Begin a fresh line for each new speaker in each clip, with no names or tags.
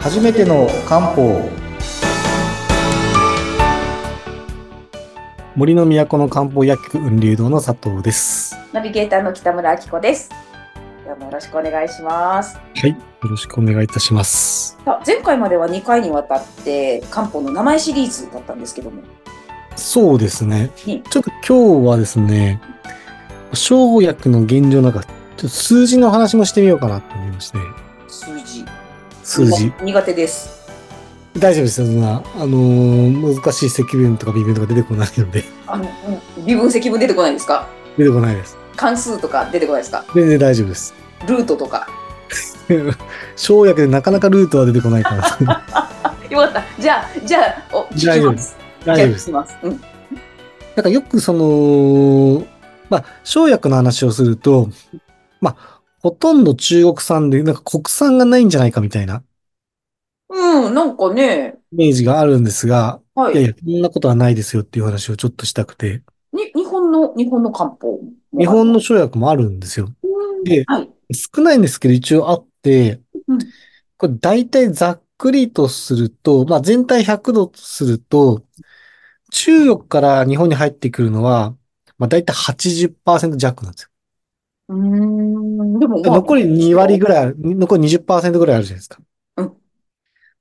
初めての漢方森の都の漢方薬局雲流堂の佐藤です
ナビゲーターの北村明子です。今日もよろしくお願いします。
はいよろしくお願いいたします
さあ前回までは2回にわたって漢方の名前シリーズだったんですけども、
そうですね
はい
ちょっと今日はですね生薬の現状なんかちょっと数字の話もしてみようかなと思いまして
数字。
数字
苦手です。
大丈夫ですよそんなあのー難しい積分とか微分とか出てこないので
あの、うん、微分積分出てこないですか
出てこないです
関数とか出てこないですか
全然大丈夫です
ルートとか。
生薬でなかなかルートは出てこないから
よかった。じゃあ、じゃあ、お、聞き
大丈夫
ま。
です大丈夫です
じゃあ聞きます。うん。
なんかよくその、まあ、生薬の話をすると、まあ、ほとんど中国産で、なんか国産がないんじゃないかみたいな
うん、なんかね、
イメージがあるんですが、
はい
やい
い。
や、そんなことはないですよっていう話をちょっとしたくて、
に日本の、日本の漢方もある。
日本の生薬もあるんですよ。
うん
で
はい。
少ないんですけど、一応あって
うん、
これ大体ざっくりとすると、まあ、全体100度とすると、中国から日本に入ってくるのは、まあ、大体80%弱なんですよ。
うーん、でも、まあ
残り2割ぐらいある、残り20%ぐらいあるじゃないですか
うん。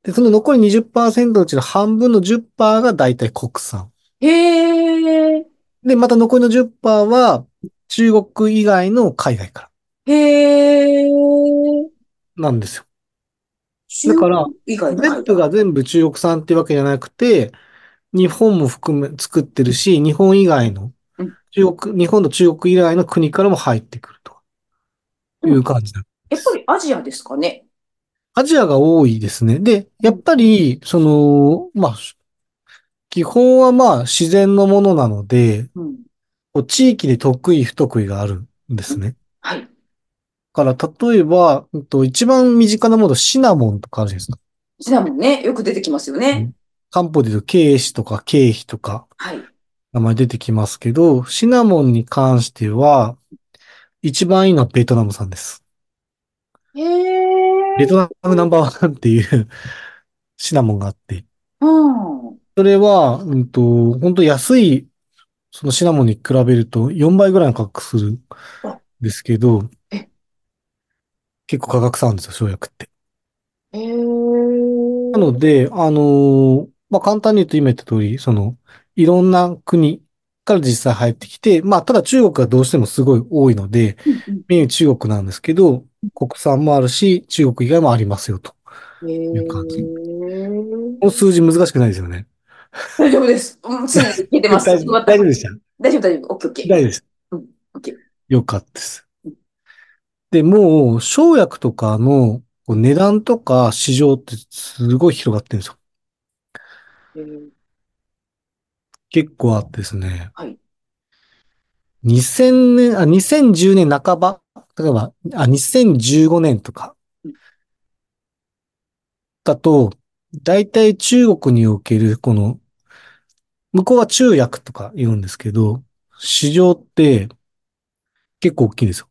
で、その残り20%のうちの半分の10%が大体国産。
へえ、
で、また残りの10%は中国以外の海外か
へえ。
らなんですよ。
だ
から、
以外の
全部が全部中国産ってわけじゃなくて、日本も含め作ってるし、日本以外の
うん、
中国、日本と中国以外の国からも入ってくるという感じだ。
やっぱりアジアですかね。
アジアが多いですね。で、やっぱり、その、まあ、基本はまあ自然のものなので、
うん。
こう地域で得意不得意があるんですね。
はい。
だから、例えば、うんと一番身近なもの、シナモンとかあるじゃないですか。
シナモンね、よく出てきますよね。
漢方で言うと、経歯とか経費とか、
はい。
名前出てきますけど、シナモンに関しては、一番いいのはベトナム産です。
へえ。
ベトナムナンバーワンっていうシナモンがあって、
うん。
それは、うんと、本当安い、そのシナモンに比べると4倍ぐらいの価格するんですけど
え、
結構価格差あるんですよ、生薬って。
へえ。
なので、あのーまあ、簡単に言うと今言った通り、その、いろんな国から実際入ってきて、まあ、ただ中国がどうしてもすごい多いので、
うん
メイン中国なんですけど、国産もあるし、中国以外もありますよと。
うんへ
いう感じ
え
この数字難しくないですよね。
大丈夫です。うん、常に聞いてます。
大丈夫
よかった
大丈夫でした。
大丈夫、大丈夫。オッケー、オッケー。
大丈夫です
うんオッケー。
よかったです。で、もう、生薬とかのこう値段とか市場ってすごい広がってるんですよ。
へー
結構あってですね。
はい。
2000年、あ、2010年半ば、例えば、あ、2015年とか
うん、
だと、大体中国における、この、向こうは中薬とか言うんですけど、市場って結構大きいんですよ。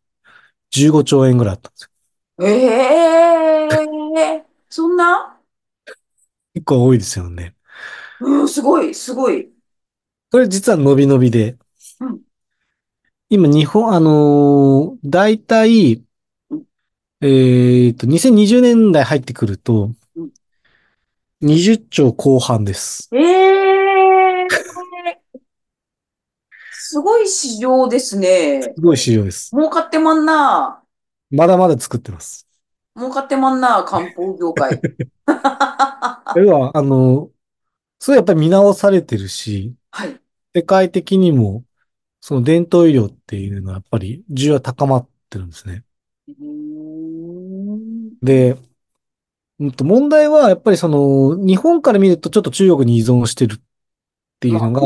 15兆円ぐらいあったんですよ。
ええ。そんな
結構多いですよね。
うん、すごい、すごい。
これ実は伸び伸びで
うん。
今、日本、あのー、大体
うん、
えっと、2020年代入ってくると
うん、
20兆後半です。
ええすごい市場ですね。
すごい市場です。
儲かってまんな。
まだまだ作ってます。
儲かってまんな、漢方業界。は
要は、あのー、それやっぱり見直されてるし、
い。
世界的にも、その伝統医療っていうのはやっぱり需要は高まってるんですね。
うーん
で、うんと問題はやっぱりその、日本から見るとちょっと中国に依存してるっていうのが、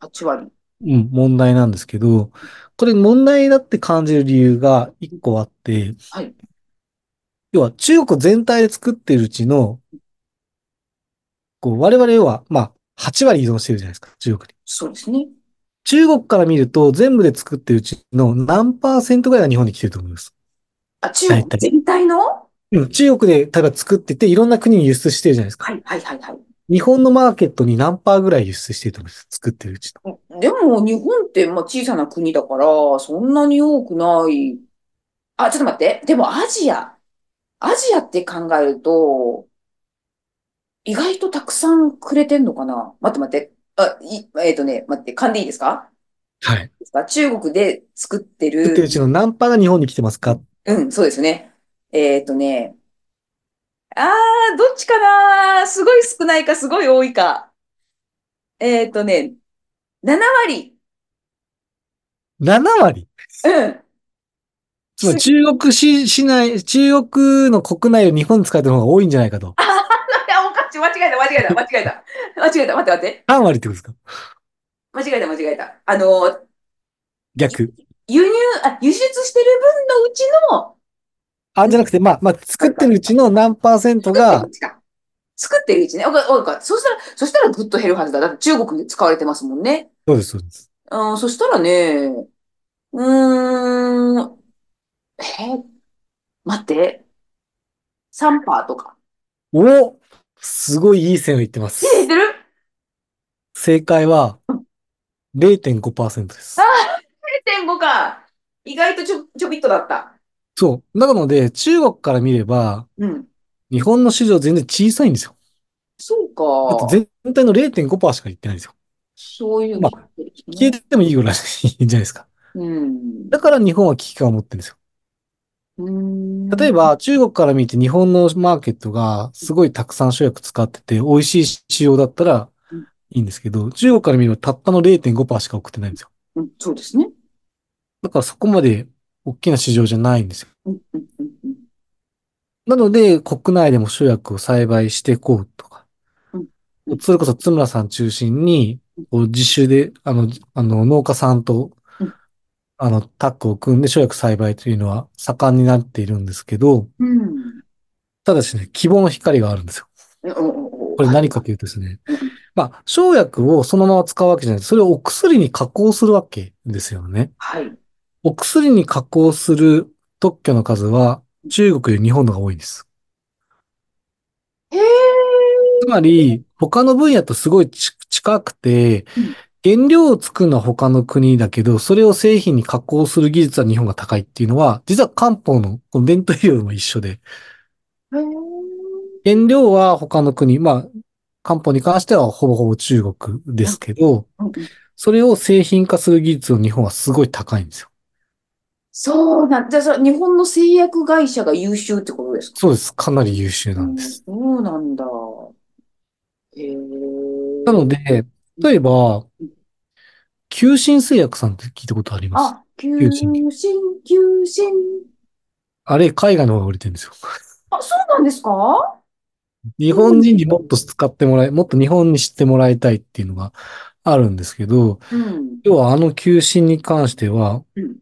8割。
うん、問題なんですけど、これ問題だって感じる理由が一個あって、
はい
要は中国全体で作ってるうちの、こう、我々要は、まあ、8割依存してるじゃないですか、中国に。
そうですね。
中国から見ると全部で作ってるうちの何パーセントぐらいが日本に来てると思います。
あ、中国
大体
全体の
うん中国で、ただ作ってて、いろんな国に輸出してるじゃないですか。
はい、はい、はい、はい。
日本のマーケットに何パーぐらい輸出してると思います作ってるうちの。
でも、日本って、まあ、小さな国だから、そんなに多くない。あ、ちょっと待って。でも、アジア。アジアって考えると、意外とたくさんくれてんのかな待って待って。あ、い、えっとね、待って、勘でいいですか
はい。
ですか中国で作っ
作
て
ってるう
る。
ちの何パーが日本に来てますか
うん、そうですね。えっとね。あー、どっちかなすごい少ないか、すごい多いか。えっとね、7割。
?7 割。
うん。
つまり中国市、市内、中国の国内を日本に使ってる方が多いんじゃないかと。
あ、おかしい。間違えた、間違えた、間違えた。間違えた、待って待って。
3割ってことですか
間違えた、間違えた。あの、
逆。
輸入、あ、輸出してる分のうちの、
あ、じゃなくて、まあ、まあ、作ってるうちの何パーセントが
作っ、てるうちか作ってるうちね。おか、おか、そしたら、そしたらぐっと減るはずだ。だって中国で使われてますもんね。
そうです、そうです。
うん、そしたらね、うーん、え、待って。3パーとか。
おすごいいい線を言ってま
え、言っ
す。
てる
正解は、0.5%です。
?0.5 か。意外とちょ、ちょびっとだった。
そう。なので、中国から見れば、
うん。
日本の市場全然小さいんですよ。
そう
だっ
か。
て全体の0.5%しか行ってないんですよ。
そういう
ま
の
あ
聞いてるし
消え
ね。
てってもいいぐらいいいんじゃないですか。
うん。
だから日本は危機感を持ってるんですよ。例
例
え、ば、中国から見て日本のマーケットがすごいたくさん生薬使ってて、美味しい仕様だったら
うん
いいんですけど、中国から見るとたったの0.5%しか送ってないんですよ。
うん、そうですね。
だからそこまで大きな市場じゃないんですよ。
うんうんうんうん
なので、国内でも生薬を栽培していこうとか
うん、
それこそ津村さん中心に
うん、
こう自主で、あの、あの農家さんと
うん、
あの、タッグを組んで生薬栽培というのは盛んになっているんですけど、
うん。
ただしね、希望の光があるんですよ。
おおお
これ何かというとですね、
うん
まあ、生薬をそのまま使うわけじゃない。それをお薬に加工するわけですよね。
はい。
お薬に加工する特許の数は中国より日本の方が多いんです。
へえ。
つまり、他の分野とすごいち近くて
うん、
原料を作るのは他の国だけど、それを製品に加工する技術は日本が高いっていうのは、実は漢方のこの伝統医療も一緒で、
へえ。
原料は他の国、まあ、漢方に関してはほぼほぼ中国ですけど、
うんうん
それを製品化する技術の日本はすごい高いんですよ。
そうなん、じゃあ、それ日本の製薬会社が優秀ってことですか
そうです。かなり優秀なん
うん
です。
そうなんだ。へえ。
なので、例えば、求心製薬さんって聞いたことあります。
あ、求心、求心。
あれ、海外の方が売れてるんですよ。
あ、そうなんですか
日本人にもっと使ってもらい、もっと日本に知ってもらいたいっていうのがあるんですけど、
うん。
要はあの求心に関しては、
うん。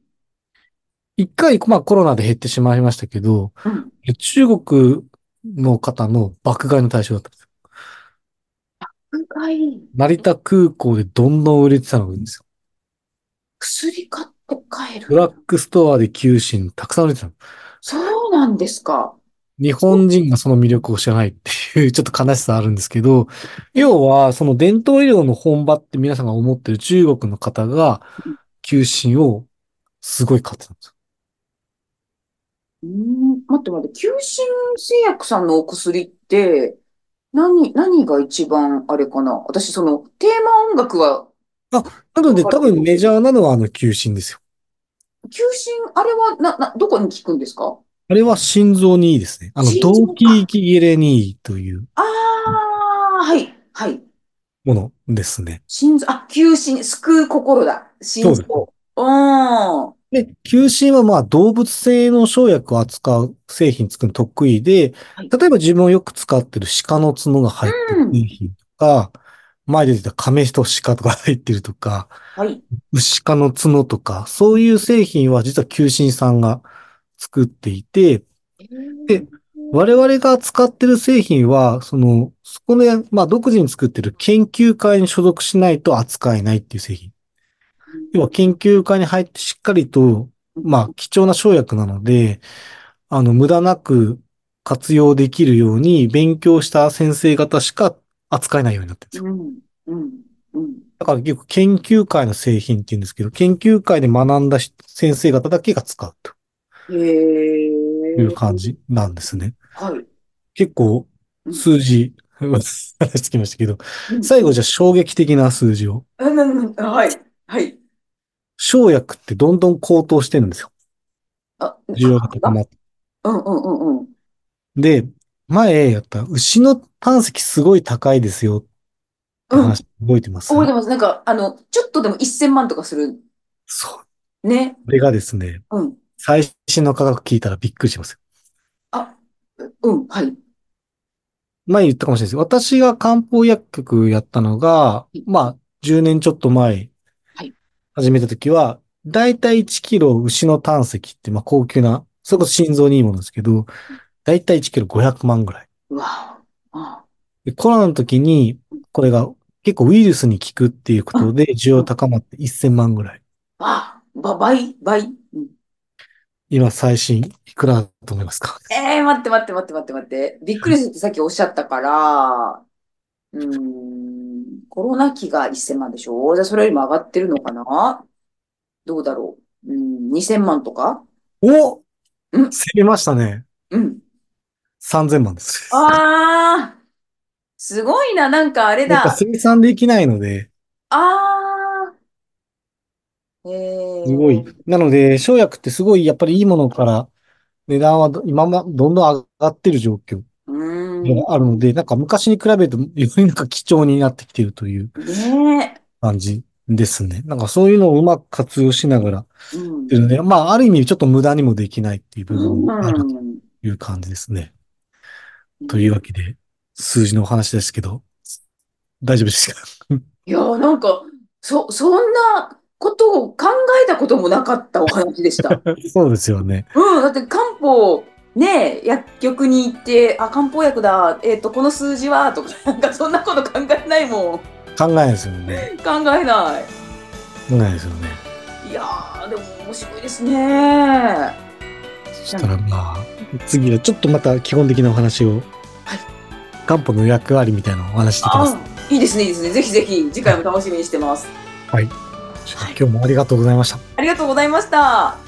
一回、まあコロナで減ってしまいましたけど、
うん。
中国の方の爆買いの対象だったんですよ。
深い。
成田空港でどんどん売れてたのがいいんですよ。
薬買って帰る。
ドラッグストアで求心たくさん売れてたの。
そうなんですか。
日本人がその魅力を知らないっていう、ちょっと悲しさあるんですけど、要は、その伝統医療の本場って皆さんが思ってる中国の方が
うん、
求心をすごい買ってたんですよ。
うーん、待って待って、求心製薬さんのお薬って、何、何が一番あれかな私、その、テーマ音楽は、
なので、多分メジャーなのはあの求心ですよ。
求心、あれは、な、な、どこに効くんですか
あれは心臓にいいですね。あの、
心臓か
動悸息切れにいいという
ああ、はい、はい。
ものですね。
心臓、あ、求心、救う心だ。心
そう
臓。うーん。
で、求心はまあ動物性の生薬を扱う製品作るの得意で
はい、
例えば自分をよく使ってる鹿の角が入ってる製品とか、前で出てた亀と鹿とか入ってるとか、
はい。
牛鹿の角とか、そういう製品は実は求心さんが作っていて、で我々が使ってる製品は、その、そこで、まあ独自に作ってる研究会に所属しないと扱えないっていう製品。要は研究会に入ってしっかりと、まあ、貴重な生薬なので、あの、無駄なく活用できるように勉強した先生方しか扱えないようになってるんですよ。
うん、うん、うん。
だから結構研究会の製品って言うんですけど、研究会で学んだし先生方だけが使うと
へ
いう
え。
感じなんですね。
はい。
結構
うん
数字、話してきましたけど、
うん
最後じゃあ衝撃的な数字を。
あななはい。はい。
生薬ってどんどん高騰してるんですよ。
あ、
需要が高まって。
うんうんうんうん。
で、前やった牛の胆石すごい高いですよって
うん。
話覚えてます、
覚えてます。なんか、あの、ちょっとでも1000万とかする。
そう。
ね。
これがですね、
うん。
最新の価格聞いたらびっくりしますよ。
あ、うん。はい。
前言ったかもしれないです。私が漢方薬局やったのが
い、
まあ、10年ちょっと前
はい、
始めた時は、だいたい1キロ牛の胆石って、まあ高級な、それこそ心臓にいいものですけど、だいたい1キロ500万ぐらい。
うわおあ、
でコロナの時に、これが結構ウイルスに効くっていうことで需要高まって1000万ぐらい。
あ、ば、倍、倍。うん
今最新いくらだと思いますか
ええー、待って待って待って待って待って。びっくりするってさっきおっしゃったから、うーん、コロナ期が1000万でしょじゃあそれよりも上がってるのかなどうだろう。うん、2000万とか
お
うん
攻めましたね。
うん。
3000万です。
ああ、すごいな、なんかあれ
なんか
だ。
生産できないので、
ああ、ええ
すごい。なので、生薬ってすごいやっぱりいいものから値段はど今ま、どんどん上がってる状況
うーん、
があるので、なんか昔に比べるとよりなんか貴重になってきているという
ね
感じですね。なんかそういうのをうまく活用しながらっ
え、うん、
ていうので、まあある意味ちょっと無駄にもできないっていう部分もあると
うん、
いう感じですね。というわけで、数字のお話ですけど、大丈夫ですか
いやー、なんか、そ、そんなことを考えたこともなかったお話 でした。
そうですよね。
うん、だって漢方、ねえ、薬局に行って、あ、漢方薬だ、えっと、この数字は、とか、 なんかそんなこと考えないもん。考
考えないですよね。
えな
考えないですよね。
い。いやー、でも面白いですね。
そしたらまあ、次はちょっとまた基本的なお話を、
はい
漢方の役割みたいなのをお話しできます。
あ、いいですね、いいですね。ぜひぜひ、次回も楽しみにしてます。
今日もありがとうございました。
ありがとうございました。